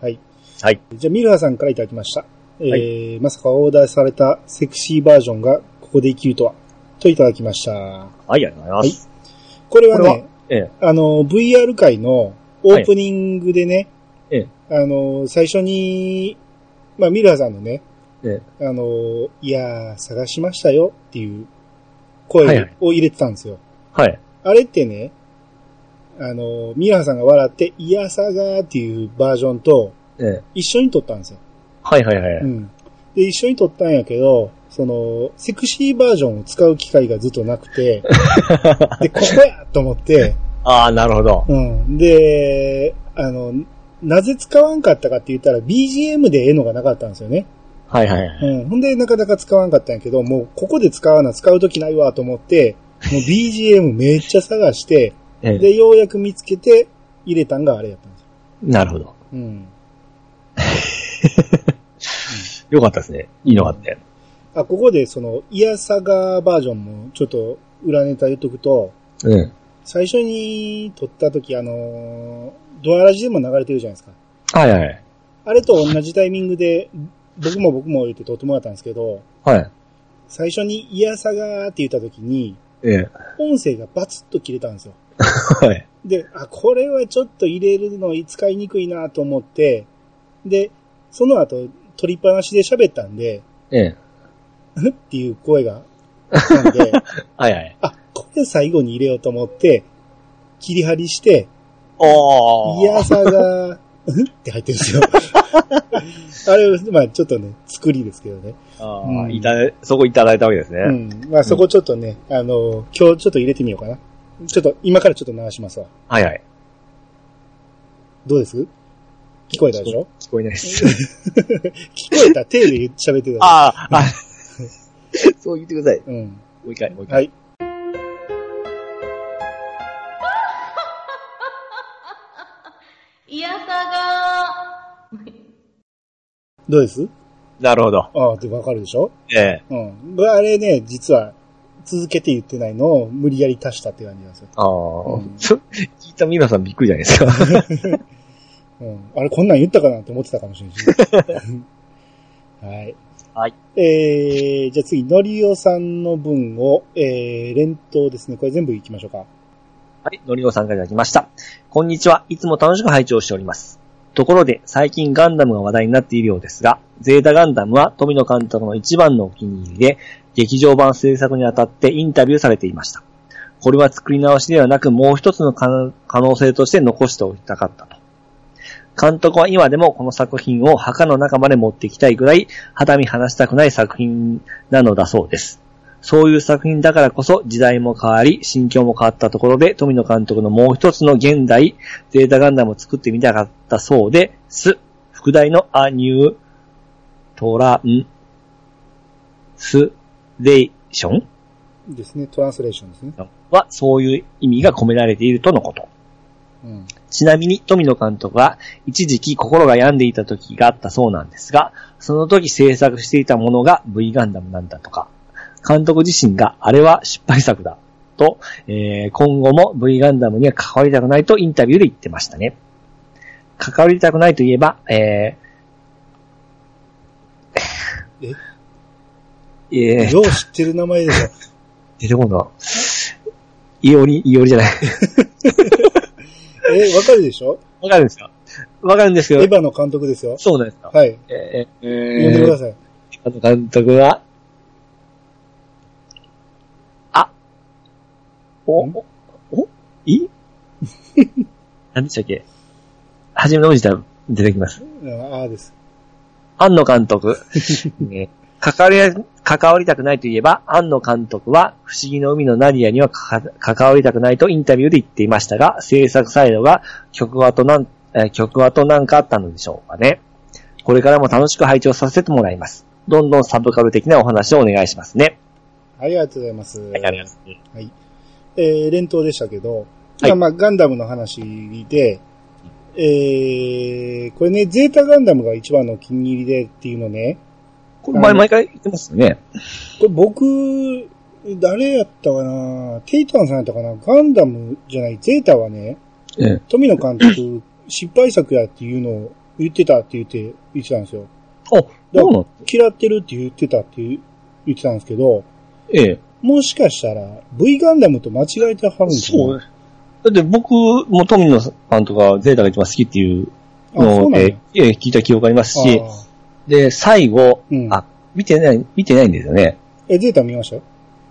はい。はい。じゃあ、ミルハさんからいただきました。えーはまさかオーダーされたセクシーバージョンがここで生きるとは、といただきました。はい、ありがとうございます。これはね、これはええ。あの、VR 界のオープニングでね、はいえあの、最初に、まあ、ミルハさんのね、えあの、いやー、探しましたよっていう声はいはいを入れてたんですよ。はい。あれってね、あの、ミルハさんが笑って、いや、さがーっていうバージョンとええ。一緒に撮ったんですよ。はいはいはい。うん。で、一緒に撮ったんやけど、その、セクシーバージョンを使う機会がずっとなくて、で、ここやと思って、ああ、なるほど。うん。で、あの、なぜ使わんかったかって言ったら BGM でええのがなかったんですよね。はいはいはい。うん。ほんで、なかなか使わんかったんやけど、もうここで使わな、使うときないわと思って、もう BGM めっちゃ探して、ええ。で、ようやく見つけて入れたんがあれやったんですよ。なるほど。うん。よかったですね。いいのがあって。あ、ここでその、イヤサガバージョンもちょっと裏ネタ言っとくと、うん。最初に撮ったとき、あのードアラジでも流れてるじゃないですか。はいはい。あれと同じタイミングで、僕も僕も言って撮ってもらったんですけど、はい。最初にイヤサガーって言ったときに、ええ。音声がバツッと切れたんですよ。はい。で、あ、これはちょっと入れるの使いにくいなと思って、で、その後、撮りっぱなしで喋ったんで、ええ。ふっっていう声があったんで、はいはい。あ、これ最後に入れようと思って、切り張りして、おイヤサが、うんって入ってるんですよ。あれ、まあちょっとね、作りですけどね。あうあ、んいた、そこいただいたわけですね。うん。まあそこちょっとね、あの、今日ちょっと入れてみようかな。ちょっと、今からちょっと流しますわ。はいはい。どうです聞こえたでしょ聞こえないです。聞こえた手で喋ってた。ああ、あ そう言ってください。うん。もう一回、もう一回。はい。いやさがー。どうですなるほど。ああ、でわかるでしょええ。うん。あれね、実は、続けて言ってないのを無理やり足したって感じなんですよ。ああ、うんそ 聞いた皆さんびっくりじゃないですか。うん。あれ、こんなん言ったかなって思ってたかもしれ ないし。はい。はい。えー、じゃあ次、のりおさんの分を、えー、連投ですね。これ全部行きましょうか。はい、のりおさんからいただきました。こんにちは。いつも楽しく拝聴しております。ところで、最近ガンダムが話題になっているようですが、ゼータガンダムは富野監督の一番のお気に入りで、劇場版制作にあたってインタビューされていました。これは作り直しではなく、もう一つの可能可能性として残しておきたかったと。監督は今でもこの作品を墓の中まで持っていきたいぐらい、肌身離したくない作品なのだそうです。そういう作品だからこそ時代も変わり、心境も変わったところで、富野監督のもう一つの現代、ゼータガンダムを作ってみたかったそうです。副題のアニュートランスレーションですね。トランスレーションですね。はそういう意味が込められているとのこと。うん。ちなみに富野監督は一時期心が病んでいた時があったそうなんですが、その時制作していたものが V ガンダムなんだとか、監督自身があれは失敗作だと、えー今後も V ガンダムには関わりたくないとインタビューで言ってましたね。関わりたくないといえば、えー、えーよう知ってる名前でしょ。出てこんのいおり、いおりじゃない。え、わかるでしょわかるんですかわかるんですけエヴど、ァの監督ですよ。そうなんですか。はい。えー、呼んでください。あの監督は、あ、お、んお、おい 何でしたっけはじめのおじた出てきます。うんああです。庵野 監督。ね関わり、関わりたくないといえば、庵野監督は、不思議の海のナディアにはかか関わりたくないとインタビューで言っていましたが、制作サイドが曲跡なん、えー曲跡なんかあったのでしょうかね。これからも楽しく拝聴させてもらいます。どんどんサブカル的なお話をお願いしますね。ありがとうございます。はい、ありがとうございます。えー連投でしたけど、はいまあまあ、ガンダムの話で、えー、これね、ゼータガンダムが一番のお気に入りでっていうのね、これ前、毎回言ってますよね。これ僕、誰やったかなテイトンさんやったかなガンダムじゃない、ゼータはね、ええ富野監督、失敗作やっていうのを言ってたって言って、言ってたんですよ。あ、どうなの嫌ってるって言ってたって言言ってたんですけど、ええ。もしかしたら、V ガンダムと間違えてはるんですそう。だって僕も富野さんとかゼータが一番好きっていうあ、そうのなんやで、ええ聞いた記憶ありますしあ、ーで、最後、うんあ、見てない、見てないんですよね。え、データ見ました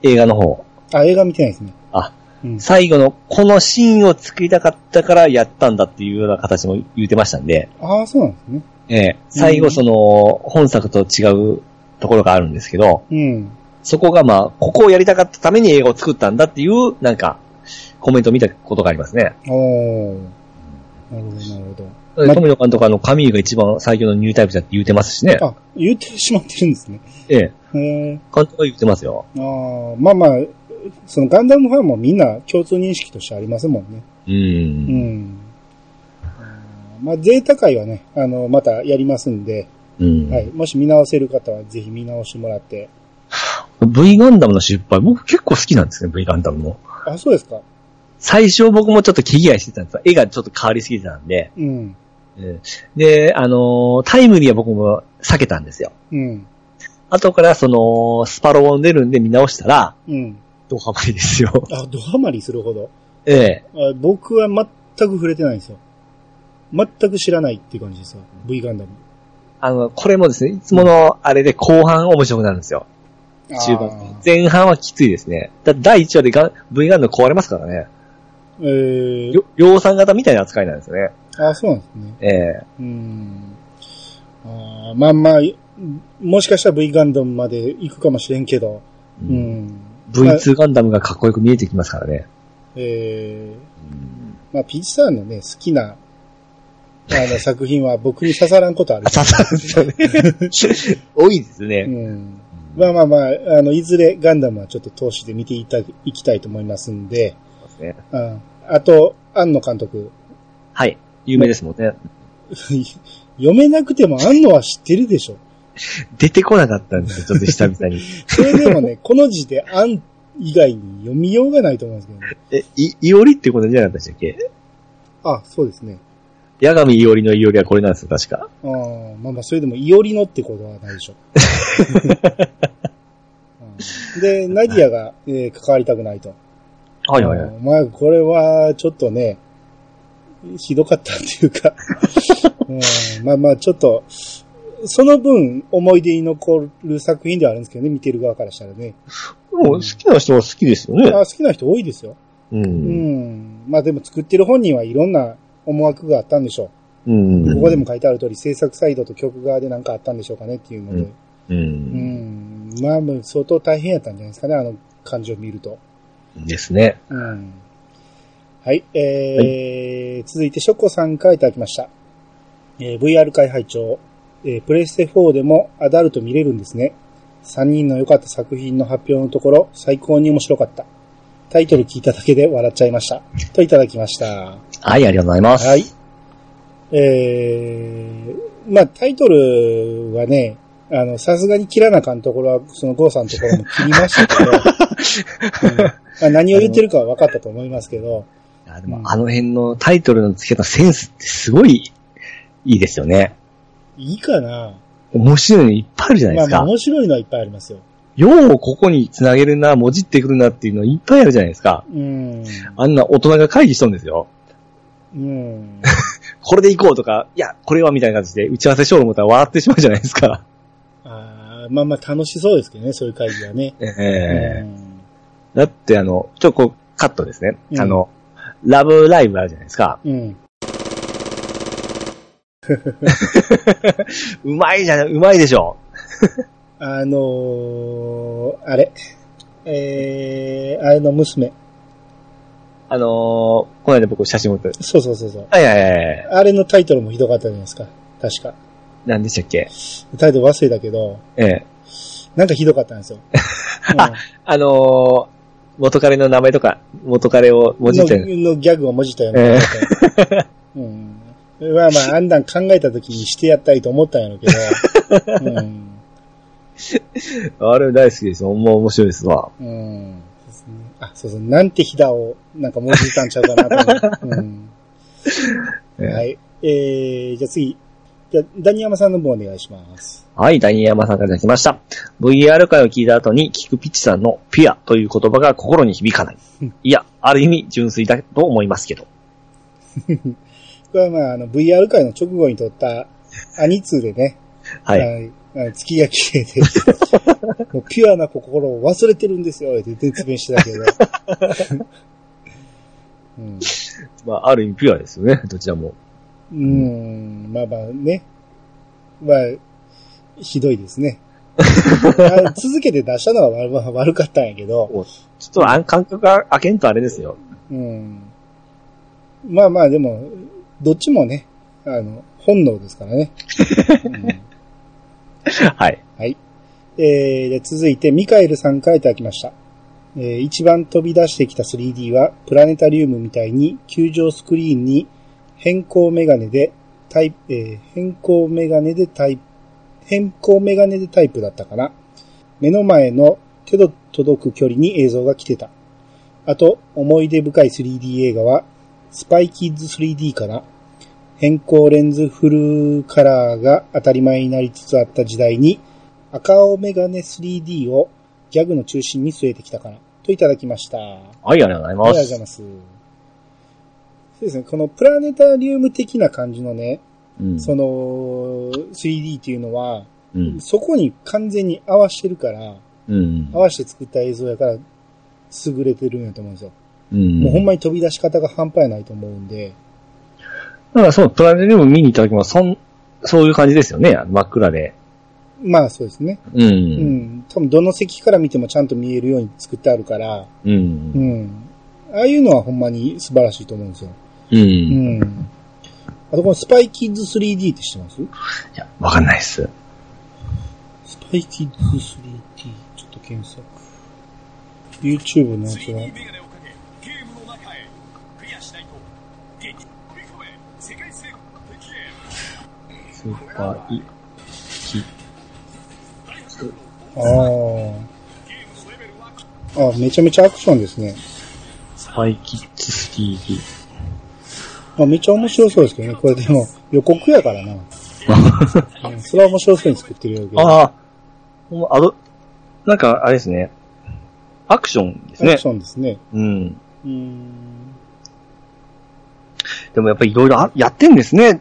映画の方。あ、映画見てないですね。あ、うん。最後のこのシーンを作りたかったからやったんだっていうような形も言ってましたんで、ああ、そうなんですね。ええ最う後んその、本作と違うところがあるんですけど、うん。そこがまあ、ここをやりたかったために映画を作ったんだっていう、なんか、コメントを見たことがありますね。おー。なるほど、なるほど。富ま野監督はあの、カミーが一番最強のニュータイプだって言うてますしね。あ、言ってしまってるんですね。ええへえ。監督は言ってますよ。あーまあまあ、そのガンダムファンもみんな共通認識としてありますもんね。う。うんん。あーまあ、ゼータ会はね、あの、またやりますんで、うん。はい。もし見直せる方はぜひ見直してもらって。 V ガンダムの失敗、僕結構好きなんですね、V ガンダムも。あ、そうですか。最初僕もちょっと毛嫌いしてたんですよ絵がちょっと変わりすぎてたんで。うん。うんで、あのータイムリーは僕も避けたんですよ。うん。後からその、スパロボン出るんで見直したら、うん。ドハマりですよ。あ、ドハマりするほど。ええ。あ僕は全く触れてないんですよ。全く知らないっていう感じですわ。V ガンダム。あの、これもですね、いつものあれで後半面白くなるんですよ。中あ盤。前半はきついですね。だ第1話でガン V ガンダム壊れますからね。ーえーよ量産型みたいな扱いなんですよね。あ、そうなんですね。ええ。うん。あーまあまあ、もしかしたら V ガンダムまで行くかもしれんけど、ううんん。まあ V2 ガンダムがかっこよく見えてきますからね。えー、まあ、ピーチさんのね、好きな、あ の、作品は僕に刺さらんことあるあ、。刺さるんですよね。多いですうね。ん。まあまあまあ、あの、いずれガンダムはちょっと投資で見ていた、いきたいと思いますんで、そうですねうん。あと、庵野監督。 はい。有名ですもんね。読めなくても庵野は知ってるでしょ。出てこなかったんですよ、ちょっと久々に。それでもね、この字で庵以外に読みようがないと思うんですけどね。 え、い、いおりってことじゃなかったでしたっけあ、そうですね。八神いおりのいおりはこれなんですよ、確か。あーまあまあ、それでも、いおりのってことはないでしょ。うんで、ナディアが、えー関わりたくないと。はいあーお前、これは、ちょっとね、ひどかったっていう か、うん、まあまあ、ちょっと、その分、思い出に残る作品ではあるんですけどね、見てる側からしたらね。もう好きな人は好きですよねあ。好きな人多いですよ。う。うんん。まあでも、作ってる本人はいろんな思惑があったんでしょう。うん。ここでも。書いてある通り、制作サイドと曲側で何かあったんでしょうかねっていうので。う。うんん。まあ、もう相当大変やったんじゃないですかね、あの感じを見ると。ですね。うん。はい、えー続いて、ショコさんからいただきました。えー VR 会拝聴えープレステ4でもアダルト見れるんですね。3人の良かった作品の発表のところ、最高に面白かった。タイトル聞いただけで笑っちゃいました。といただきました。はい、ありがとうございます。はい。。えー、まあタイトルはね、あの、さすがに切らなあかんところは、そのゴーさんのところも切りましたけ ど、うんまあ、何を言ってるかは分かったと思いますけど、でも、あの辺のタイトルの付けたセンスってすごいいいですよね。いいかな面白いのいっぱいあるじゃないでまあすまあか。面白いのはいっぱいありますよ。ようここに繋げるな、もじってくるなっていうのいっぱいあるじゃないですか。うん。あんな大人が会議しとるんですよ。うん。これで行こうとか、いや、これはみたいな感じで打ち合わせしようと思ったら笑ってしまうじゃないですか。あーまあまあ楽しそうですけどね、そういう会議はね。えうえんだってあの、ちょ、こう、カットですね。うんあの、ラブライブあるじゃないですか。うん。うまいじゃないうまいでしょ。あのー、あれ。えー、あれの娘。あのー、この間僕写真持って。そうそうそうそう。はいはいはいはい。あれのタイトルもひどかったじゃないですか。確か。何でしたっけタイトル忘れたけど、ええなんかひどかったんですよ。 あのー、元彼の名前とか、元彼をう文字ってる。ののギャグをもじったような。え うん。まあまあ、あんなん考えた時にしてやったりと思ったんやろうけど、うん。あれ大好きですよ。もう面白いですわ。うん。そうですねあ、そうそう。なんてひだを、なんかもじったんちゃうかなと思って。うん。 ええはい。えー、じゃあ次。じゃあ、ダニヤマさんの分お願いします。はい、ダニヤマさんからいただきました。VR 回を聞いた後に、キクピッチさんのピアという言葉が心に響かないうん。いや、ある意味純粋だと思いますけど。これはまあ、あの、VR 界の直後に撮った、アニツーでね、はい。い。あの月が綺麗 で、もうピュアな心を忘れてるんですよ、って絶弁してたけど。 うんまあ、ある意味ピュアですよね、ど ちらも。うーん、まあまあね。まあ、ひどいです ね。あ続けて出したのは悪,、まあ悪かったんやけど、ちょっとあん感覚が開けんとあれですよ。うん。まあまあでも、どっちもね、あの、本能ですからね。うんはい。えーで続いて、ミカエルさんからいただきました。えー一番飛び出してきた 3D は、プラネタリウムみたいに、球状スクリーンに変更メガネで、タイプ、えー変更メガネでタイプ、変更メガネでタイプだったかな。目の前の手の届く距離に映像が来てた。あと、思い出深い 3D 映画は、スパイキッズ 3D かな。変更レンズフルカラーが当たり前になりつつあった時代に、赤青メガネ 3D をギャグの中心に据えてきたから、といただきました。あはい、ありがとうございりがまとうございす。ます。そうですね、このプラネタリウム的な感じのね、うん。その 3D っていうのは、うん。そこに完全に合わしてるから、うん合。わせて作った映像やから、優れてるんやと思うんですよ。うん。もうほんまに飛び出し方が半端やないと思うんで、だからそう、プラネリウム見に行った時も、そん、そういう感じですよね。真っ暗で。まあそうですね。う。うんん。多分どの席から見てもちゃんと見えるように作ってあるから、うう。んん。ああいうのはほんまに素晴らしいと思うんですよ。う。うんいん。あとこのスパイキッズ 3D って知ってますや、わかんないっす。スパイキッズ 3D。ちょっと検索。YouTube のやつが。メガネをかけゲームの中へクリアしないと激飛び込め世界征服敵へスーパーイ、ああ。あ、めちゃめちゃアクションですね。スパイキッズ 3D。まあ、めっちゃ面白そうですけどね。これでも予告やから な。うんそれは面白そうに作ってるようやけど。ああ、ほんまあの、なんかあれですね。アクションですアねク。ションですね。うん。うーん。でもやっぱりいろいろやってんですね。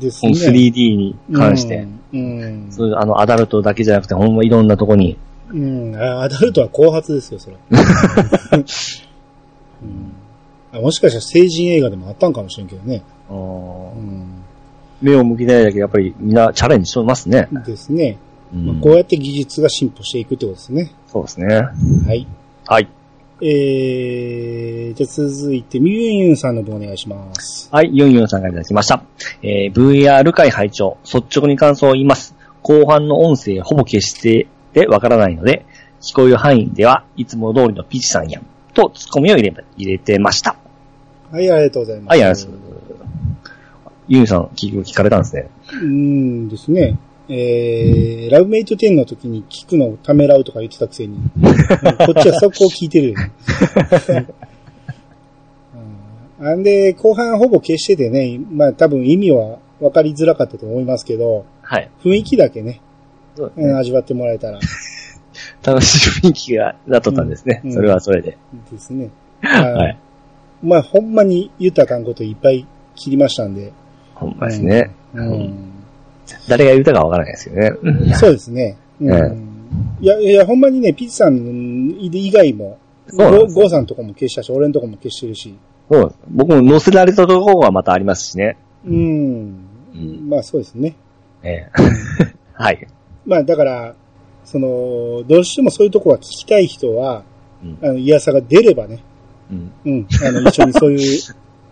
ですこね。の 3D に関して。うん。うん。そういうあの、アダルトだけじゃなくて、ほんまいろんなとこに。うん。あアダルトは後発ですよ、 それ。うんあもしかしたら成人映画でもあったんかもしれんけどね。あーうん。目を向けないだけでやっぱりみんなチャレンジしてますね。ですね。うんまあ、こうやって技術が進歩していくってことですね。そうですね。はい。はい。えー、じゃあ続いて、みゆんゆんさんの分お願いします。はい、ユンユンさんからいただきました。えー、VR 会拝聴率直に感想を言います。後半の音声ほぼ消してでわからないので、聞こえる範囲ではいつも通りのピチさんや、とツッコミを入れば入れてました。はい、ありがとうございます。はい、ありがとうございます。ユンユンさん、聞く聞かれたんですね。うんですね。えー、ラブメイト10の時に聞くのをためらうとか言ってたくせ に、うんこっちはそこを聞いてるよね。うんあんで、後半ほぼ消しててね、まあ多分意味は分かりづらかったと思いますけど、はい。雰囲気だけね、そうですうんね味わってもらえたら楽しい雰囲気が、なっとったんですね。うんそれはそれで。ですね。 ははい。まあほんまに言ったらあかんこといっぱい切りましたんで。ほんまですね。うん誰が言うたかわからないですけどね。うんそうですね。うんえいや、いや、ほんまにね、ピッチさん以外も、そうなんゴですよゴーさんとこも消したし、俺のとこも消してるし。そうです僕も載せられたところはまたありますしね。うん。うん。まあそうですね。ええ はい。まあだから、その、どうしてもそういうとこは聞きたい人は、うんあの、イヤさが出ればね、うんうん、あの、一緒にそう いう、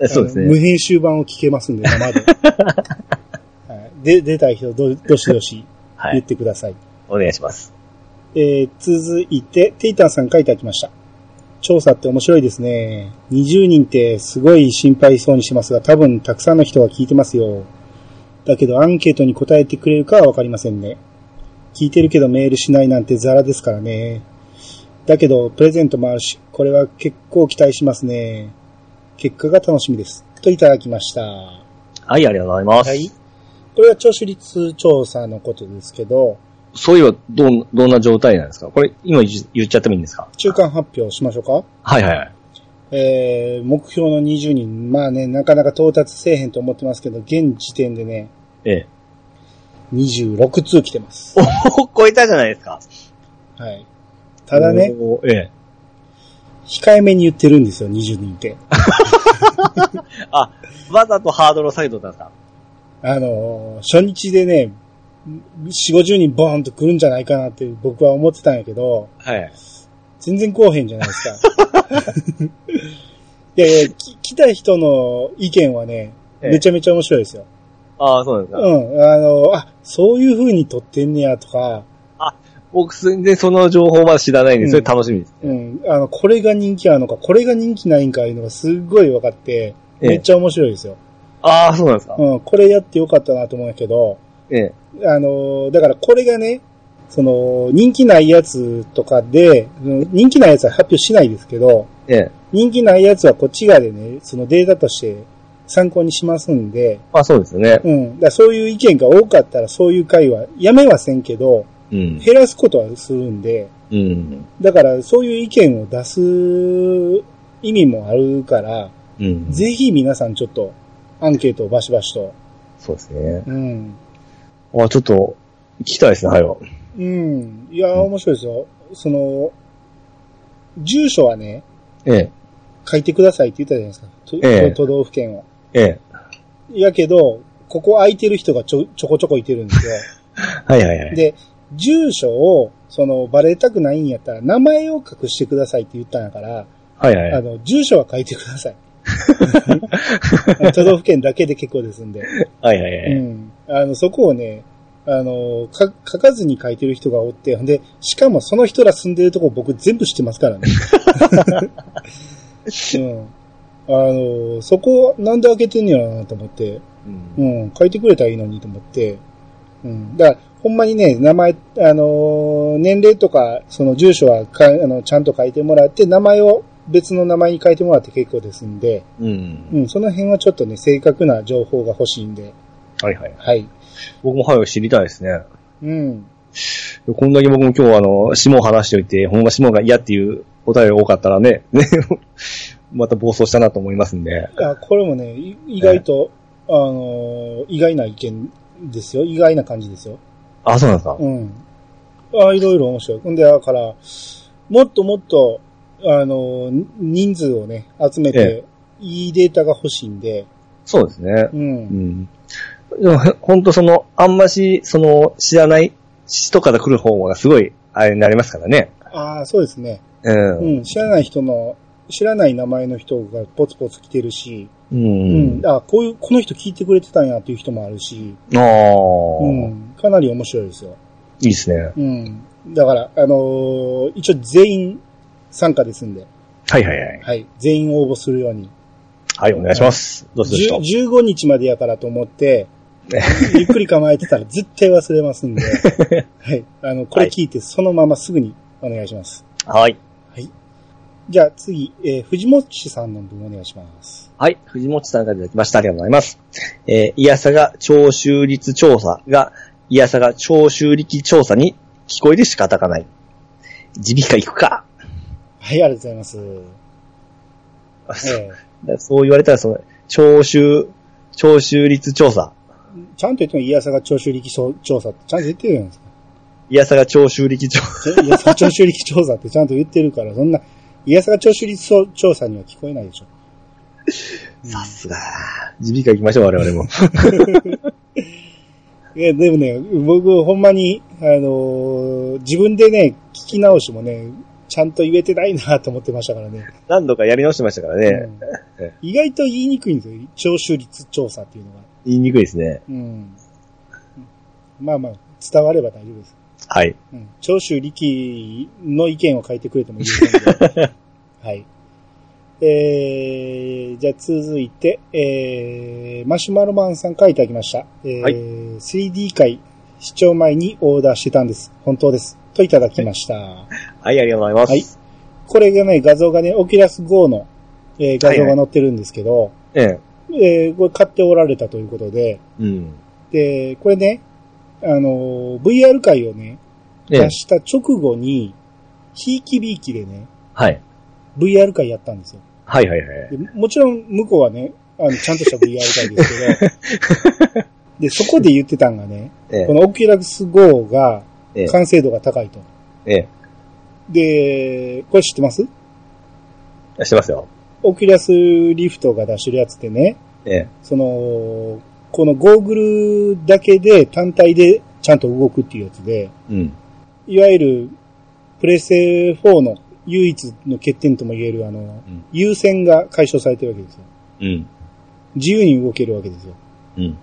えそうですあの無ね。編集版を聞けますんで、生 で。はい、で、出たい人、ど、どしどしは言っい。てくださいお願いします。えー続いて、テイタンさん書いてあきました。調査って面白いですね。20人ってすごい心配そうにしてますが、多分たくさんの人が聞いてますよ。だけどアンケートに答えてくれるかはわかりませんね。聞いてるけどメールしないなんてザラですからね。だけど、プレゼントもあるし、これは結構期待しますね。結果が楽しみです。といただきました。ははい、ありがとうございます。い。これは聴取率調査のことですけど、そういえば、どん、どんな状態なんですかこれ、今言っ言っちゃってもいいんですか中間発表しましょうか。はいはいはい。えー、目標の20人、まあね、なかなか到達せえへんと思ってますけど、現時点でね、ええ。 26通来てます。お超えたじゃないですか。はい。ただね、おー。え控えめに言ってるんですよ、20人って。え。あ、わざとハードルを下げとったんですかあのー初日でね、4、50人ボーンと来るんじゃないかなって僕は思ってたんやけど、はい。全然来おへんじゃない ですか。いやいや、き来た人の意見はね、ええめちゃめちゃ面白いですよ。ああ、そうなんですか。うん。あの、あ、そういう風に撮ってんねやとか、僕、全然その情報は知らないんで、うんそれ楽しみです。うん。あの、これが人気あるのか、これが人気ないんかいうのがすっごい分かって、ええめっちゃ面白いですよ。ああ、そうなんですか。うん。これやってよかったなと思うんやけど、ええ。あの、だからこれがね、その、人気ないやつとかで、うん人気ないやつは発表しないですけど、ええ。人気ないやつはこっち側でね、そのデータとして参考にしますんで、まあそうですよね。うん。だからそういう意見が多かったらそういう会はやめはせんけど、うん。減らすことはするんで、うん。だからそういう意見を出す意味もあるから、うん。ぜひ皆さんちょっとアンケートをバシバシと。そうですね。うん。あちょっと、聞きたいですね、はいよ。うん。いやー、面白いですよ。その、住所はね、ええ。書いてくださいって言ったじゃないですか。とええ都道府県を。ええ。やけど、ここ空いてる人がちょ、ちょこちょこいてるんですよ。はいはいはい。で、住所を、その、バレたくないんやったら、名前を隠してくださいって言ったんやから、はいはいはあい。の、住所は書いてくだ さい。都道府県だけで結構ですんで。はいはいはうい。ん。あの、そこをね、あの、か、書かずに書いてる人がおって、ほんで、しかもその人ら住んでるとこ僕全部知ってますから ね。うん。あの、そこなんで開けてんねやろなと思って、うんうん、書いてくれたらいいのにと思って、うん。だから、ほんまにね、名前、あのー年齢とか、その住所はか、あの、ちゃんと書いてもらって、名前を別の名前に書いてもらって結構ですんで、うん。うん、その辺はちょっとね、正確な情報が欲しいんで、はいはい。はい。僕もはいよ知りたいですね。うん。こんだけ僕も今日あの、下を話しておいて、ほんま下が嫌っていうお便りが多かったらね、ね、 また暴走したなと思いますんで。あ、これもね、い意外と、あのー意外な意見ですよ。意外な感じですよ。あ、そうなんですか。うん。あいろいろ面白い。ほんで、だから、もっともっと、あの、に人数をね、集めて、いいデータが欲しいんで、そうですね。う。うんん。でも、ほんとその、あんまし、その、知らない人から来る方がすごい、あれになりますからね。ああ、そうですね。うん。うん。知らない人の、知らない名前の人がポツポツ来てるし、う。うんあこういう、この人聞いてくれてたんやっていう人もあるし、ああ、うん。かなり面白いですよ。いいですね。うん。だから、あのー一応全員参加ですんで、はいはいはい。はい。全員応募するように。はい、お願いします。どうぞどうぞ。 10 15日までやからと思 って、ゆっくり構えてたら絶対忘れますんで、はい。あの、これ聞いてそのまますぐにお願いします。はい。じゃあ次、えー、藤本さんの分お願いします。はい。藤本さんからいただきました。ありがとうございます。えー、イヤサが聴収率調査が、イヤサが聴収力調査に聞こえる仕方がない。耳鼻科行くか。はい、ありがとうござい ます。えそう言われたら、その、聴収、聴収率調査。ーちゃんと言っても、いやさが徴収力調査ってちゃんと言ってるじゃないですイヤサが聴収力調査。か。いやさが徴収力調査ってちゃんと言ってるから、そんな、いやさが徴収力調査には聞こえないでしょ。さすが。 耳鼻科行きましょう、我々も。いや、でもね、僕、ほんまに、あのー自分でね、聞き直しもね、ちゃんと言えてないなと思ってましたからね。 何度かやり直してましたからね。うんえ意外と言いにくいんですよ。聴取率調査っていうのが。言いにくいですね。うん。まあまあ、伝われば大丈夫です。はい。うん。聴取力の意見を書いてくれてもいいですけ どはい。えー、じゃあ続いて、えー、マシュマロマンさんからいただきました。えーはい 3D 会、視聴前にオーダーしてたんです。本当です。といただきました。はい、ありがとうございます。はいこれがね、画像がね、オキュラス GO の、えー画像が載ってるんですけど、ええ。えーこれ買っておられたということで、うん。でで、これね、あのー、VR 界をね、ええ出。した直後に、ひいきびいきでね、はい。 VR 会やったんですよ。はいはいはい。でもちろん、向こうはね、あの、ちゃんとした VR 会です けど、で、そこで言ってたんがね、ええこのオキュラス GO がええ完成度が高いと。ええ。で、これ知ってます出してますよ。オキュラスリフトが出してるやつってね、ええ。その、このゴーグルだけで単体でちゃんと動くっていうやつで、うん。いわゆる、プレステ4の唯一の欠点とも言える、あの、うん優先が解消されてるわけですよ。うん。自由に動けるわけですよ。うん。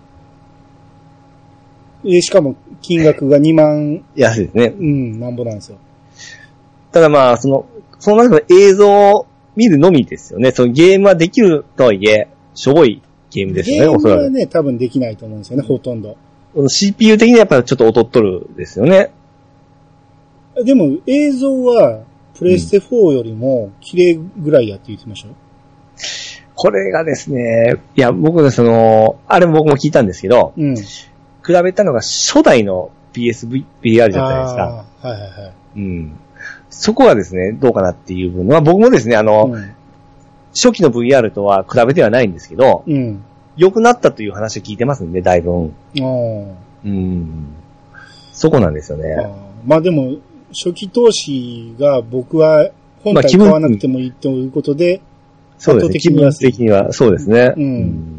で、しかも金額が2万、安いですね。うん、なんぼなんですよ。ただまあ、その、その中の映像を見るのみですよね。そのゲームはできるとはいえ、しょぼいゲームですよね、ゲーおムそらはく。ね、多分できないと思うんですよね、ほとんど。この CPU 的にはやっぱりちょっと劣っとるですよね。でも映像は、プレステ4よりも綺麗ぐらいやって言ってましたよ。これがですね、いや、僕のその、あれも僕も聞いたんですけど、うん。比べたのが初代の PSVR だったじゃないですか。あーはいはいはい。うん。そこがですね、どうかなっていう部分は、僕もですね、あの、初期の VR とは比べてはないんですけど、うん。うん。良くなったという話を聞いてますんで、だいぶ。あーうん。そこなんですよね。あーまあでも、初期投資が僕は本まあ体気買分わなくてもいいということで、そうですね。圧気倒分的的には、そうですね。うんん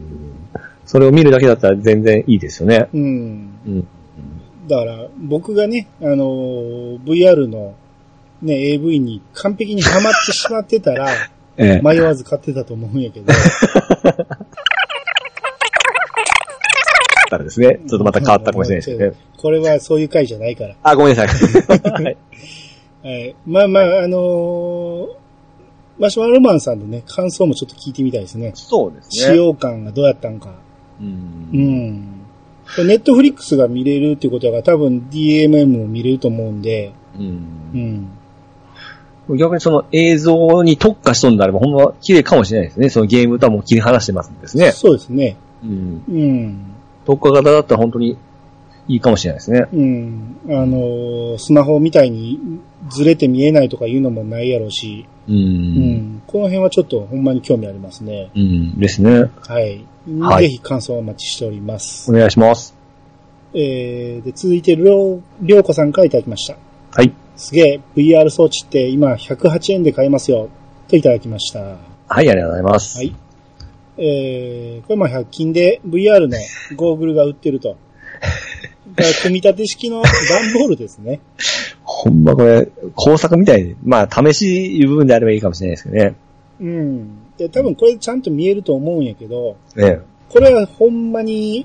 それを見るだけだったら全然いいですよね。うん。うん。だから、僕がね、あのー VR の、ね、AV に完璧にハマってしまってたら、え え。迷わず買ってたと思うんやけ ど。ったらですね、ちょっとまた変わったかもしれないですけどね。これはそういう回じゃないから。あ、ごめんなさい。はいはい、まあまあ、あのーマシュマロマンさんのね、感想もちょっと聞いてみたいですね。そうですね。使用感がどうやったんか。うう。んん。ネットフリックスが見れるってことが多分 DMM も見れると思うんで、う。うんん。逆にその映像に特化しとんならば、ほんま綺麗かもしれないですね。そのゲームとはもう切り離してますんですね。そうですね。うん。うん。特化型だったら本当にいいかもしれないですね。うん。あのースマホみたいにずれて見えないとかいうのもないやろうし、う。うんん。この辺はちょっとほんまに興味ありますね。うん。ですね。はい。はいぜひ感想をお待ちしておりますお。願いします。えー、で、続いて、りょう、りょうこさんからいただきました。はい。すげえ、VR 装置って今108円で買えますよ。といただきました。ははい、ありがとうございます。い。えー、これまあ100均で VR のゴーグルが売ってる と。だから組み立て式の段ボールですね。ほんまこれ、工作みたいに、まあ、試しいう部分であればいいかもしれないですけどね。うん。で、多分これちゃんと見えると思うんやけど、ねこれはほんまに、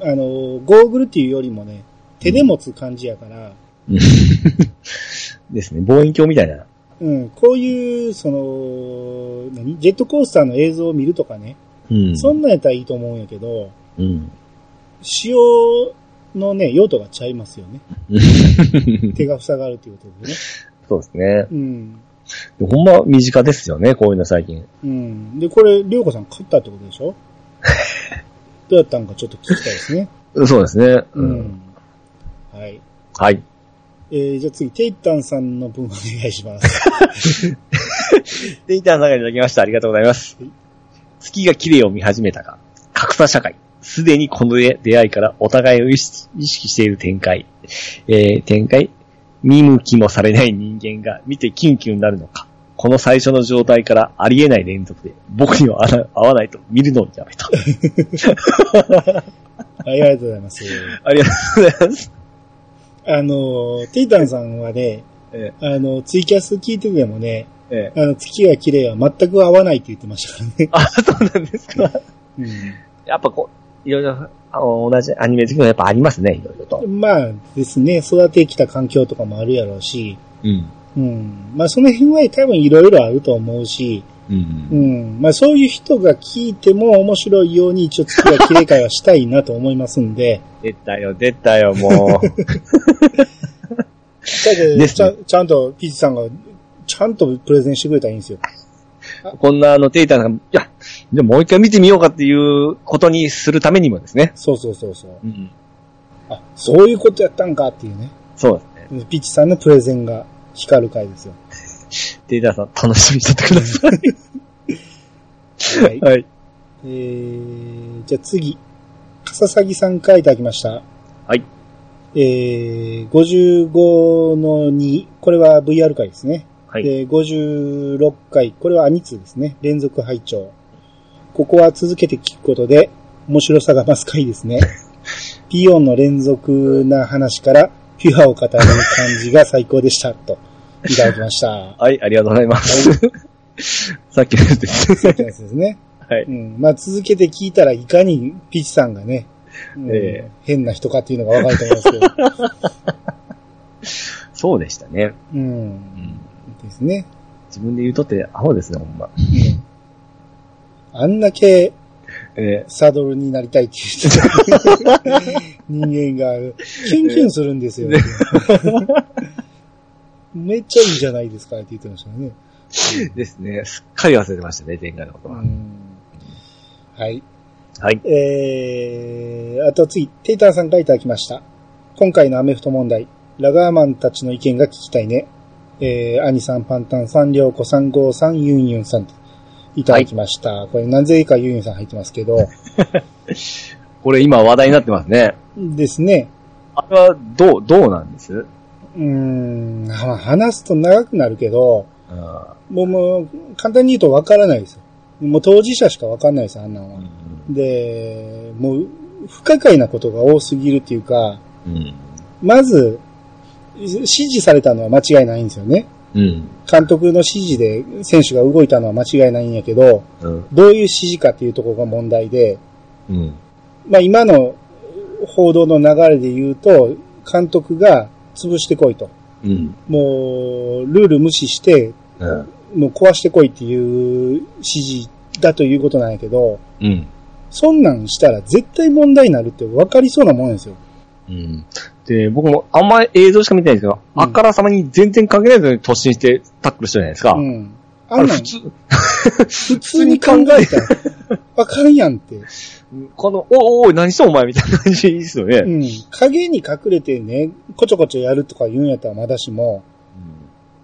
あの、ゴーグルっていうよりもね、手で持つ感じやから、 うんですね。望遠鏡みたいな。うん、こういう、その、何ジェットコースターの映像を見るとかね、うん。そんなんやったらいいと思うんやけど、うん。使用のね、用途がちゃいます よね。手が塞がるということでね。そうですね。うん。ほんま身近ですよね、こういうの最近。うん。で、これ、りょうこさん買ったってことでし ょどうやったんかちょっと聞きたいですね。そうですね。う。うんん。はい。はい。えー、じゃあ次、テイタンさんの分お願いし ます。で、インターンさんからいただきました。ありがとうございますはい。月が綺麗を見始めたが、格差社会。すでにこの出会いからお互いを意識意識している展開。えー、展開見向きもされない人間が見てキュンキュンになるのか。この最初の状態からありえない連続で、僕には合わ合わないと見るのをやめた。はい、ありがとうございます。ありがとうございます。あの、テイタンさんはね、えあの、ツイキャス聞いててもね、ええあの、月が綺麗は全く合わないって言ってましたからね。あ、そうなんですか。うやっぱこう、いろいろ、あの、同じアニメ好きのやっぱありますね、いろいろと。ん、まあですね、育ててきた環境とかもあるやろうし、うん。うん。まあその辺は多分いろいろあると思うし、う。うんん。まあそういう人が聞いても面白いように一応月が綺麗会はしたいなと思いますんで、出たよ、出たよ、もう。だけどですねちゃんちゃんとピッチさんがちゃんとプレゼンしてくれたらいいんですよ。こんなあの、テイターさんが、いや、じゃあもう一回見てみようかっていうことにするためにもですね。そうそうそうそう。うん。あ、そういうことやったんかっていうね。そうですね。ピッチさんのプレゼンが光る回ですよ。テイターさん、楽しみにしててくださ。。はいいはい。えー、じゃあ次。笠さぎさんからいただきました。はい。えー、55の2。これは VR 回ですね。はい。で、56回。これはアニツーですね。連続拝聴ここは続けて聞くことで、面白さが増す回 ですね。ピオンの連続な話から、ピュアを語る感じが最高でした。と、いただきました。はい、ありがとうございます。 さっきのやつです。ってやつですね。 はいうん。まあ、続けて聞いたらいかにピチさんがね、うんええ変な人かっていうのがわかると思いますけ ど。そうでしたね。う。うんん。ですね。自分で言うとって、アホですね、ほんま。うん。あんだけえサドルになりたいってい う人人間が、キュンキュンするんですよ。 めっちゃいいじゃないですかって言ってましたね。ーですね。すっかり忘れてましたね、前回のことうは。ん。はい。はい。えー、あと次、テイターさんからいただきました。今回のアメフト問題、ラガーマンたちの意見が聞きたいね。えー、アニさん、パンタンさん、リョウコさん、ゴーさん、ユンユンさんといただきました。これ何故かユンユンさん入ってますけど、これ今話題になってますね。ですね。あれは、どう、どうなんですうーん、まあ話すと長くなるけど、あもうもう、簡単に言うとわからないですよ。もう当事者しかわかんないです、あんなんーはう。んで、もう、不可解なことが多すぎるっていうか、うん。まず、指示されたのは間違いないんですよね。うん。監督の指示で選手が動いたのは間違いないんやけど、うん。どういう指示かっていうところが問題で、うん。まあ今の報道の流れで言うと、監督が潰してこいと。うん。もう、ルール無視して、うん。もう壊してこいっていう指示だということなんやけど、うん。そんなんしたら絶対問題になるって分かりそうなもんですよ。うん。で、僕もあんまり映像しか見てないんですけど、うんあからさまに全然関係ないのに突進してタックルしてるじゃないですか。うん。ああんれなん普通、普通に考えたら分かるやん って。この、おいおい、何してんお前みたいな感じですよね。うん。影に隠れてね、こちょこちょやるとか言うんやったらまだしも、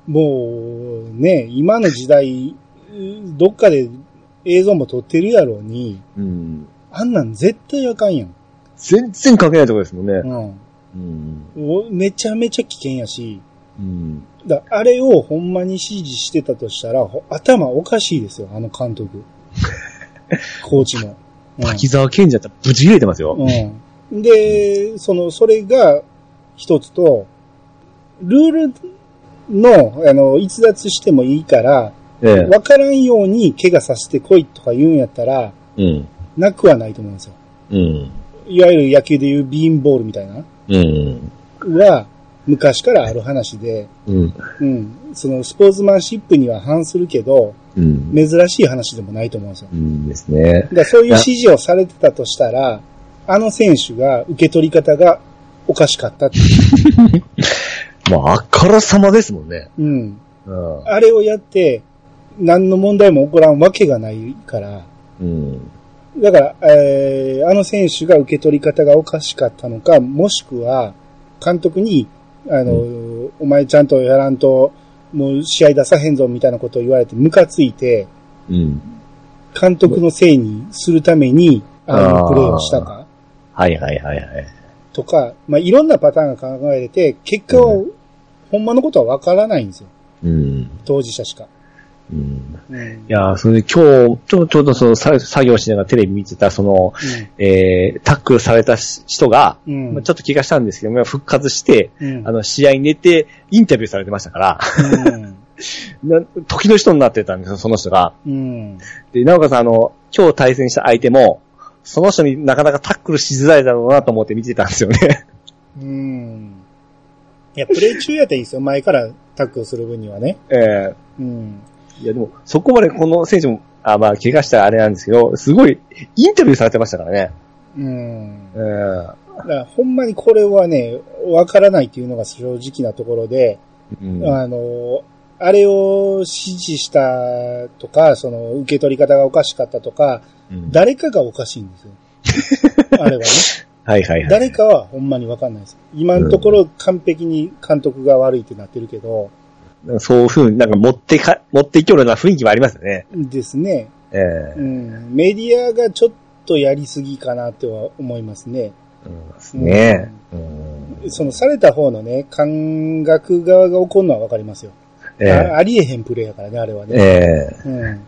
もうね、今の時代、どっかで映像も撮ってるやろうに、うん。うんあんなん絶対あかんやん。全然関係ないところですもんね。うんうん。お。めちゃめちゃ危険やし、うん。だあれをほんまに指示してたとしたら、ほ頭おかしいですよ、あの監 督。コーチも。滝沢健二だったらブチ切れてますよ。うん。うん、で、その、それが一つと、ルールの、あの、逸脱してもいいから、ええ。わからんように怪我させてこいとか言うんやったら、うん。なくはないと思うんですよ。うん。いわゆる野球でいうビーンボールみたいな、うん。は、昔からある話で、うん。うん。その、スポーツマンシップには反するけど、うん。珍しい話でもないと思うんですよ。うんですねだ。からそういう指示をされてたとしたら、あの選手が受け取り方がおかしかったっていう。まあ、あからさまですもんね。うん。うん。あれをやって、何の問題も起こらんわけがないから。うん。だから、えー、あの選手が受け取り方がおかしかったのか、もしくは、監督に、あの、お前ちゃんとやらんと、もう試合出さへんぞみたいなことを言われて、ムカついて、うん。監督のせいにするために、ああーのプレーをしたか。はいはいはいはい。とか、まあ、いろんなパターンが考えれて、結果を、ほんまのことはわからないんですよ。うん。当事者しか。うん。うんい、やー、それで今日、ちょ、ちょうどその作作業しながらテレビ見てた、その、えー、タックルされたし人が、うん。うん。まあちょっと怪我したんですけども、復活して、うん、あの、試合に出て、インタビューされてましたから、うん。な時の人になってたんですよ、その人が。うん。で、なおかつあの、今日対戦した相手も、その人になかなかタックルしづらいだろうなと思って見てたんですよ ね。うん。いや、プレイ中やったらいいですよ。前からタックルする分にはね。えうん。ーいや、でも、そこまでこの選手も、あまあ、怪我したらあれなんですけど、すごい、インタビューされてましたからね。うん。えだーからほんまにこれはね、わからないっていうのが正直なところで、うんあの、あれを指示したとか、その、受け取り方がおかしかったとか、うん誰かがおかしいん ですよ。あれはね。はいはいはい。誰かはほんまにわかんないです。今のところ完璧に監督が悪いってなってるけど、なんかそういうふうになんか持ってか、持っていきような雰囲気もありますよね。ですね。ええうん。メディアがちょっとやりすぎかなっては思いますね。うんねえ。うんそのされた方のね、感覚側が怒るのはわかりますよ、ええあ。ありえへんプレーやからね、あれはえね。えうん。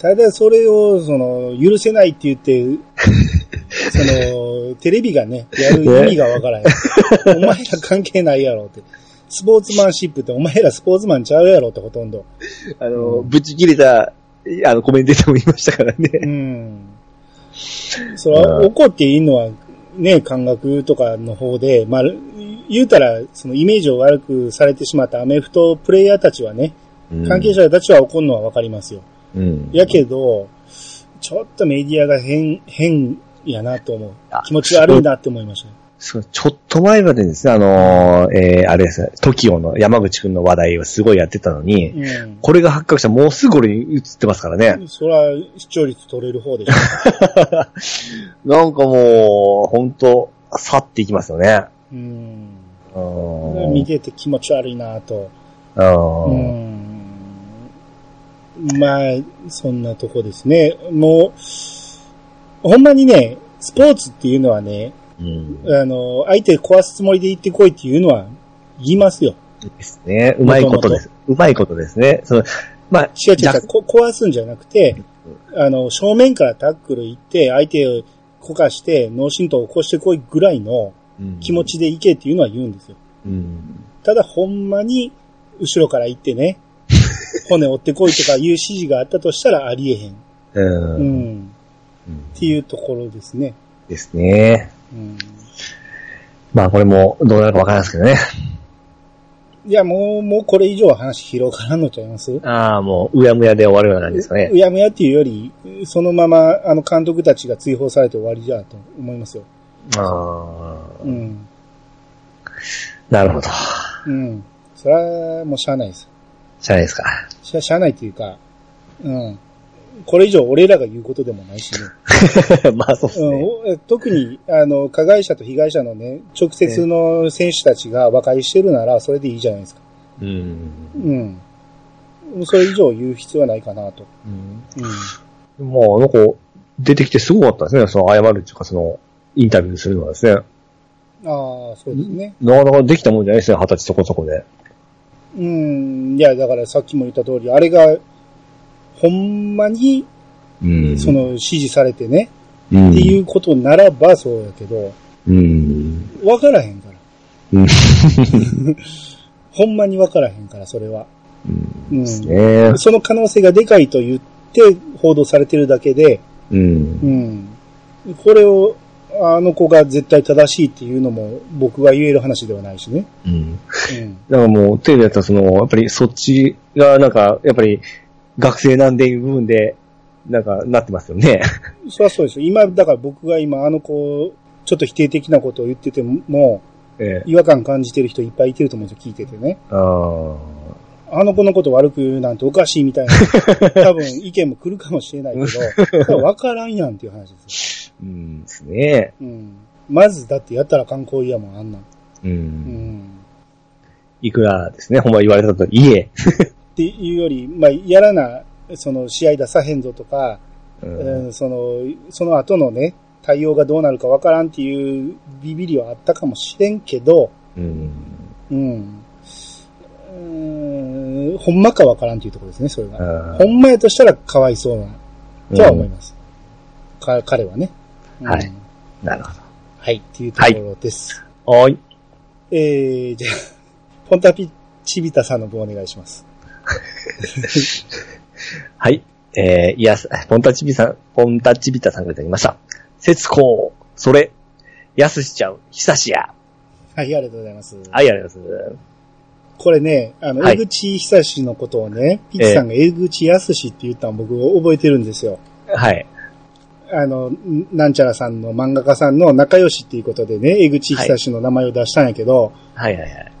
ただそれを、その、許せないって言 って、その、テレビがね、やる意味がわからない。お前ら関係ないやろって。スポーツマンシップってお前らスポーツマンちゃうやろってほとんど。あの、ぶち切れた、あの、コメンテーターも言いましたからうね。ん。それはうん怒っていいのは、ね、感覚とかの方で、まあ、言うたら、そのイメージを悪くされてしまったアメフトプレイヤーたちはね、関係者、者たちは怒るのはわかりますよ。うん、やけど、ちょっとメディアが変、変やなと思うあ。気持ち悪いなって思いました。そう、ちょっと前までですね、あのーえーあれですね、トキオの山口くんの話題をすごいやってたのに、うこれが発覚したらもうすぐこれに移ってますからね。ん。それは視聴率取れる方でしょ。 なんかもう、ほんと、去っていきますよね。うん。 うーん見てて気持ち悪いなと。ううーんんまあ、そんなとこですね。もう、ほんまにね、スポーツっていうのはね、うん。あの、相手壊すつもりで行ってこいっていうのは言いますよ。ですね。うまいことです。うまいことですね。その、まあ、違う違う違弱う、こ壊すんじゃなくて、あの、正面からタックル行って、相手をこかして、脳震盪を起こしてこいぐらいの気持。ちで行けっていうのは言うんですよ。うん。ただほんまに、後ろから行ってね、骨折ってこいとかいう指示があったとしたらありえへん。うん。ううんん。っていうところですね。ですね。うん、まあこれもどうなるかわからないですけどね。いや、もう、もうこれ以上は話広がらんのちゃいますうああ、もううやむやで終わるような感じですかね。やむやっていうより、そのまま、あの、監督たちが追放されて終わりじゃと思いますよ。ああ、うん。なるほど。うん。それは、もうしゃあないです。じゃないですか。しゃ、しゃあないっていうか、うん。これ以上俺らが言うことでもないしね。 まあそうですうんね。お、特に、あの、加害者と被害者のね、直接の選手たちが和解してるなら、それでいいじゃないですか。うん。うん。それ以上言う必要はないかなと。うん。まあなんか、出てきてすごかったですね。その謝るっていうか、その、インタビューするのはですね。ああ、そうですね。なかなかできたもんじゃないですね。二十歳そこそこで。うん。いや、だからさっきも言った通り、あれが、ほんまに、うんそ、の、指示されてね、うん、。っていううことならばそうやけど、うん。わからへんから。 うん。ほんまにわからへんから、それは。うん。ですね。その可能性がでかいと言って報道されてるだけで、うんう。ん。これを、あの子が絶対正しいっていうのも僕が言える話ではないしね。うん。うん。だからもう、テレビだったらその、やっぱりそっちが、なんか、やっぱり、学生なんでいう部分で、なんか、なってますよ ね。そりゃそうですよ。今、だから僕が今あの子、ちょっと否定的なことを言ってても、ええ。違和感感じてる人いっぱいいてると思うんですよ、聞いててね。ああ。あの子のこと悪く言うなんておかしいみたいな、多分意見も来るかもしれないけど、わからんやんっていう話ですうんですね。よ。うん。まず、だってやったら観光やもん、あんなん。うう。んん。いくらですね、ほんま言われたといえ。っていうより、まあ、やらな、その試合出さへんぞとか、うんうんその、その後のね、対応がどうなるかわからんっていうビビりはあったかもしれんけど、うん。うん。うーん、ほんまかわからんっていうところですね、それが。あほんまやとしたらかわいそうな、ーとは思います。か、彼はね。うんはい。なるほはい、っていうところです。ど。はい。えー、じゃあ、ポンタピチビタさんの分お願いします。はい。えー、いや、ポンタチビさん、ポンタチビタさんがいただきました。節子、それ、やすしちゃう、ひさしや。はい、ありがとうございます。はい、ありがとうございます。これね、あの、はい江口久志のことをね、ピッチさんが江口康志って言ったの僕覚えてるんですよ。はい。あの、んなんちゃらさんの漫画家さんの仲良しっていうことでね、江口久志の名前を出したんやけど、はいはいはい。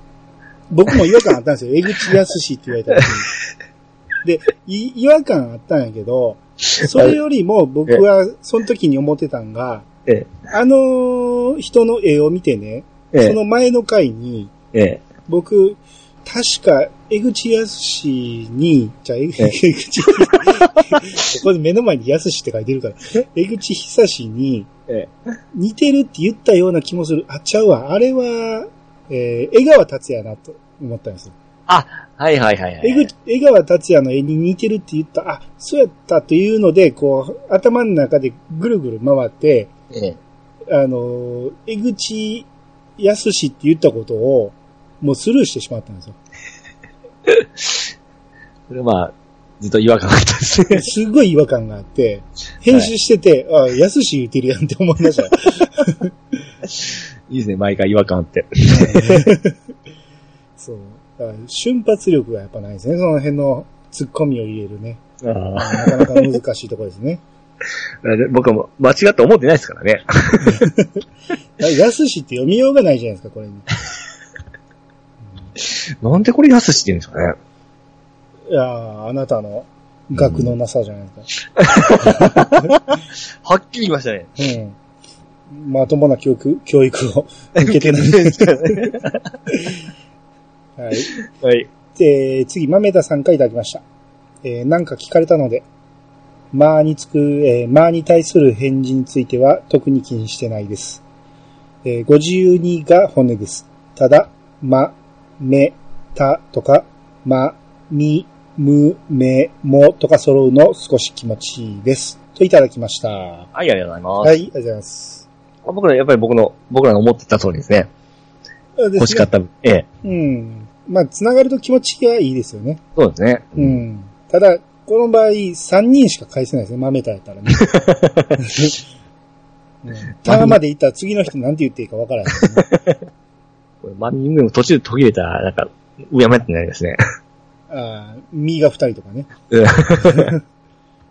僕も違和感あったんですよ。江口康史って言われた時に。で、い違和感あったんやけど、それよりも僕はその時に思ってたんが、ええ、あの人の絵を見てね、えその前の回に、え、え僕、確か、江口康に、じゃあ、江口、え江 口ここで目の前に康って書いてるから、江口久志にえ、え似てるって言ったような気もする。あ、ちゃうわ。あれは、えー江川達也なと思ったんですよ。あ、はいはいはいはい。江口、江川達也の絵に似てるって言った、あ、そうやったというので、こう、頭の中でぐるぐる回って、ええ、あの、江口康って言ったことを、もうスルーしてしまったんですよ。それまあ、ずっと違和感があったん ですね。すごい違和感があって、編集してて、あ、やすし言ってるやんって思いました。 いいですね、毎回違和感あって。そう。だから瞬発力がやっぱないですね。その辺の突っ込みを入れるね。あなかなか難しいところです ね。あ僕はもう間違って思ってないですからね。やすしって読みようがないじゃないですか、これに。 なんでこれ安しって言うんですかね。いやーあなたの学のなさじゃないですはっきり言いましたね。か。うん。まともな教育、教育を受けてない。 はい。はい。えー次、豆田さんからいただきました。えーなんか聞かれたので、まあにつく、えーまあに対する返事については特に気にしてないです。えーご自由にが本音です。ただ、ま、め、たとか、ま、み、む、め、もとか揃うの少し気持ちいいです。といただきました。ははい、ありがとうごい、ありがとうございます。ざいます。僕ら、やっぱり僕の、僕らの思ってた通りですね。欲欲しかった。ええ。うん。まあ、つながると気持ちがいいですよね。そうですね。う。ん。ただ、この場合、3人しか返せないですね。豆たやったらね。 うんタワーまで行ったら次の人なんて言っていいかわからない、 これ、万人でも途中で途切れたら、なんか、うやまやってなりますね。あー右が2人とかね。 うんだか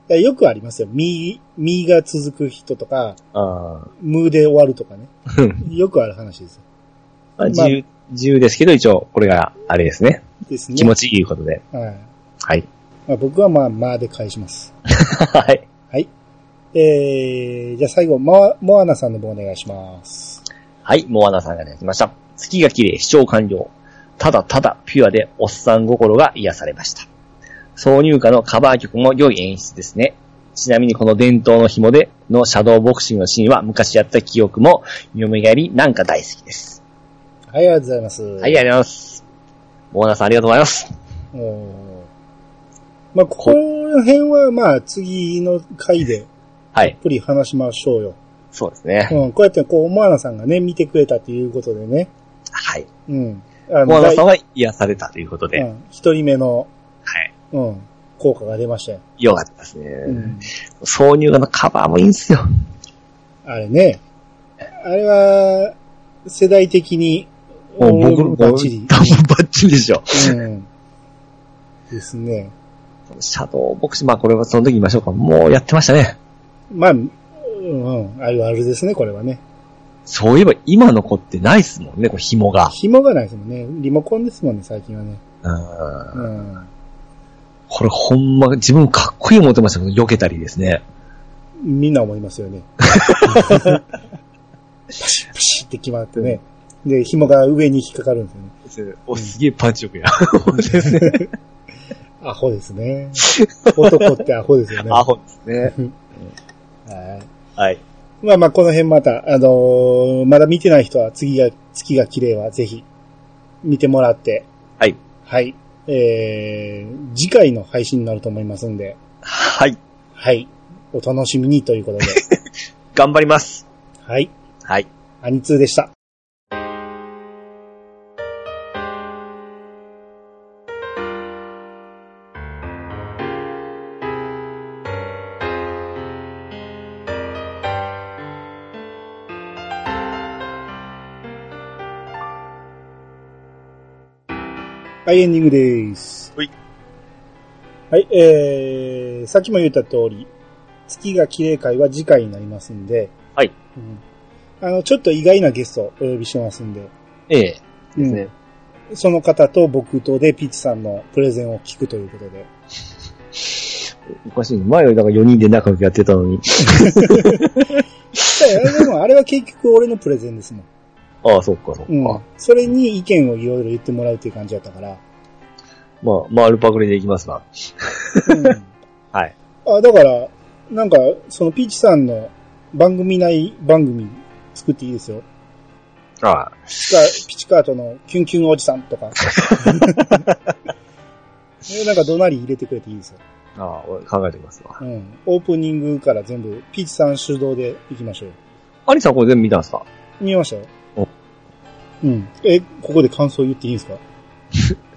らよくありますよ。右、右が続く人とか、あ無で終わるとかね。あ。よくある話ですよ。自由、自由ですけど、一応、これが、あれですね。ですね。気持ちいいことで。はい。はい。まあ、僕はまあ、まあで返します。 はい。えー、じゃあ最後、モアモアナさんの方お願いします。はい、モアナさんがいただきました。月が綺麗、視聴完了。ただただピュアでおっさん心が癒されました。挿入歌のカバー曲も良い演出ですね。ちなみにこの伝統の紐でのシャドーボクシングのシーンは昔やった記憶も蘇りなんか大好きです。はい、ありがとうございます。はい、ありがとうございます。モアナさんありがとうございます。おーまあ、ここら辺は、まあ、次の回で、はい、ぷり話しましょうよ。そうですね。うん、こうやって、こう、モアナさんがね、見てくれたということでね。はい。うん。あモアナさんんは癒されたということで、うん、一人目の、はい。うん、効果が出ましたよ。良かったですね。うん。挿入歌のカバーもいいんですよ。あれね。あれは、世代的に、もう僕、おもーうバ多ッチ分リ。バッチリでしょ。うん。ですね。シャドーボクシング、まあこれはその時言いましょうか。もうやってましたね。まあ、うん、うん、あるあるですね、これはね。そういえば今の子ってないっすもんね、こう紐が。紐がないですもんね。リモコンですもんね、最近はね。うんうん。これほんま、自分かっこいい思ってましたけど、避けたりですね。みんな思いますよね。パシッパシッって決まってね。で、紐が上に引っかかるんですよね。お、すげえパンチ力や。ですね。アホですね。男ってアホですよね。 アホですね。ははい。い。まあまあ、この辺また、あのーまだ見てない人は、次が、月が綺麗はぜひ、見てもらって。はい。はい。えー、次回の配信になると思いますんで、はい。はい。お楽しみにということで。頑張ります。はい。はい。アニツーでした。はい、エンディングです。はい。はい、えー、さっきも言った通り、月が綺麗会は次回になりますんで、はい。うんあの、ちょっと意外なゲストをお呼びしてますんで。ええ。うん。その方と僕とでピッチさんのプレゼンを聞くということで。おかしいね。前はだから4人で仲良くやってたのに。いやでもあれは結局俺のプレゼンですもん。ああ、そっか、そっか。うん。それに意見をいろいろ言ってもらうっていう感じだったから。まあ、丸パクリでいきますな。うん はい。あ、だから、なんか、そのピーチさんの番組内番組作っていいですよ。ああ。ピチカピチカートのキュンキュンおじさんと か。でなんか怒鳴り入れてくれていいですよ。ああ、俺考えてみますわ。うん。オープニングから全部、ピーチさん主導で行きましょうよ。アリさんこれ全部見たんですか見えましたよお。うん。え、ここで感想言っていいん で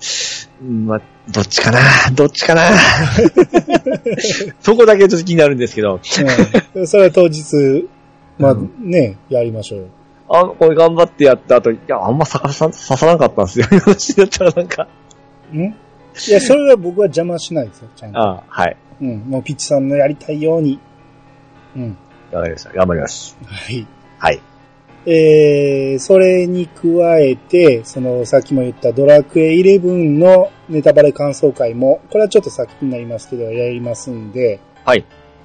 すかうんまあ、どっちかなどっちかなそこだけちょっと気になるんですけど、うん。それは当日、まあうね、やりましょうよ。あこれ頑張ってやった後、いや、あんま刺さ刺さなかったんですよ。 よしだったらなんか。んいや、それは僕は邪魔しないですよ、ちゃんと。ああ、はい。うん。もうピッチさんのやりたいように。うん。わかりました。頑張ります。はい。はい。えー、それに加えて、その、さっきも言ったドラクエ11のネタバレ感想会も、これはちょっと先になりますけど、やりますんで、はい。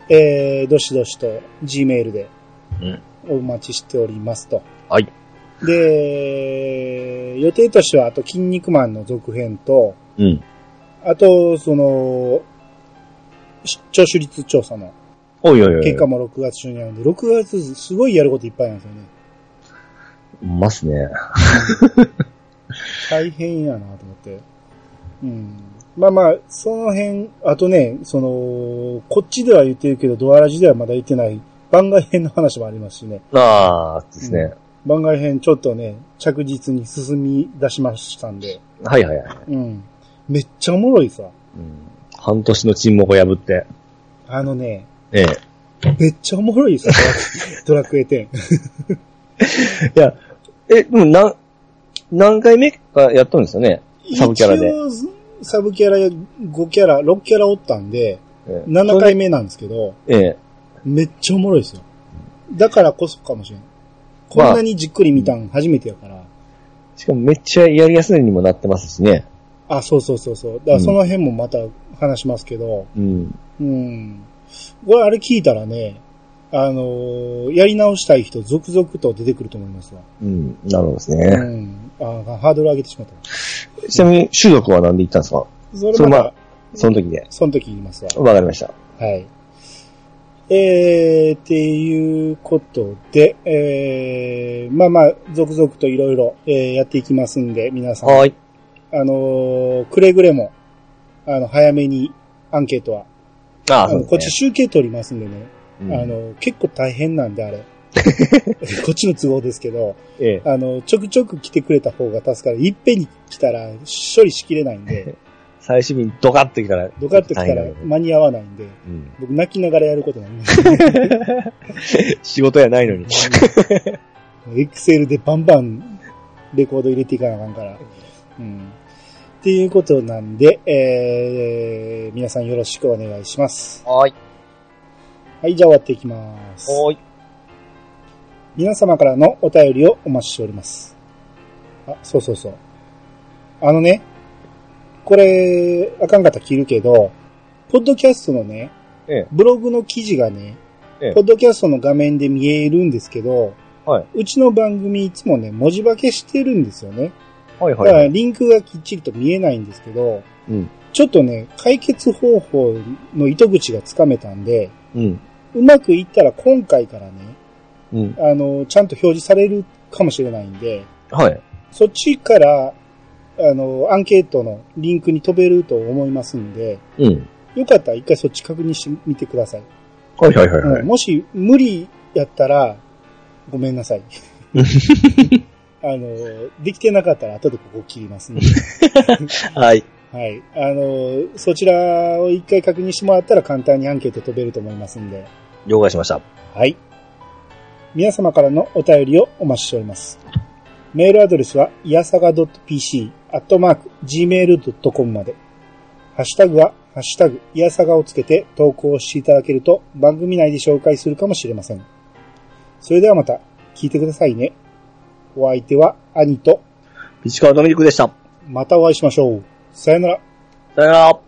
えー、どしどしと Gmail でうん。お待ちしておりますと。はい。で、予定としては、あと、筋肉マンの続編と、うん。あと、その、し聴取率調査のおいおいおい。結果も6月中にあるんで、6月すごいやることいっぱいなんですよね。ますね。大変やなと思って。うん。まあまあ、その辺、あとね、その、こっちでは言ってるけど、ドアラジではまだ言ってない番外編の話もありますしね。ああ、ですね。番外編ちょっとね、着実に進み出しましたんで。はいはいはい。うん。めっちゃおもろいさ。うん半年の沈黙を破って。あのね、ええ。めっちゃおもろいさ、ドラクエ10。 いや、え、でも何、何回目かやったんですよね。サブキャラで一応、サブキャラ5キャラ、6キャラおったんで、ええ7回目なんですけど、ええ。めっちゃおもろいですよ。だからこそかもしれん。こんなにじっくり見たん初めてやから。しかもめっちゃやりやすいにもなってますしね。あ、そうそうそうそう。だからその辺もまた話しますけど、うん。うん。これあれ聞いたらね、あのーやり直したい人続々と出てくると思いますわ。うん。なるほどですうね。ん。あ、ハードル上げてしまった。ちなみに、収録は何で行ったんですかそそれれままあた、、その時で。その時言いますわ。わかりました。はい。えー、っていうことで、えー、まあまあ、続々といろいろえーやっていきますんで、皆さん、あい。のーくれぐれも、あの、早めにアンケートは、ああ、あそのうこっでちす集計取りますんでね、ね。あうん、の、結構大変なんで、 あれ。こっちの都合ですけど、ええ。あの、ちょくちょく来てくれた方が助かる。いっぺんに来たら処理しきれないんで、最終日にドカッと来たら。ドカッと来た大変らだけど間に合わないんで、うん。僕泣きながらやることになります。仕事やないのに。エクセルでバンバンレコード入れていかなあかんから。うん。っていうことなんで、えー、皆さんよろしくお願いします。はい。はい、じゃあ終わっていきます。はい。皆様からのお便りをお待ちしております。あ、そうそうそう。あのね、これ、あかんかったら切るけど、ポッドキャストのね、ええブログの記事がね、ええポッドキャストの画面で見えるんですけど、はいうちの番組いつもね、文字化けしてるんですよね。はいだかはらい。リンクがきっちりと見えないんですけど、うんちょっとね、解決方法の糸口がつかめたんで、うん。うまくいったら今回からね、うん。あの、ちゃんと表示されるかもしれないんで、はい。そっちから、あの、アンケートのリンクに飛べると思いますんで、うん。よかったら一回そっち確認してみてください。はいはいはいはういん。もし無理やったら、ごめんな さい。あの、できてなかったら後でここ切りますんで。 はい。はい。あの、そちらを一回確認してもらったら簡単にアンケート飛べると思いますんで。了解しました。はい。皆様からのお便りをお待ちしております。メールアドレスは、いやさが .pc、アットマーク、gmail.com まで。ハッシュタグは、ハッシュタグ、いやさがをつけて投稿していただけると、番組内で紹介するかもしれません。それではまた、聞いてくださいね。お相手は、兄と、ピチカートミルクでした。またお会いしましょう。さよなら。さよなら。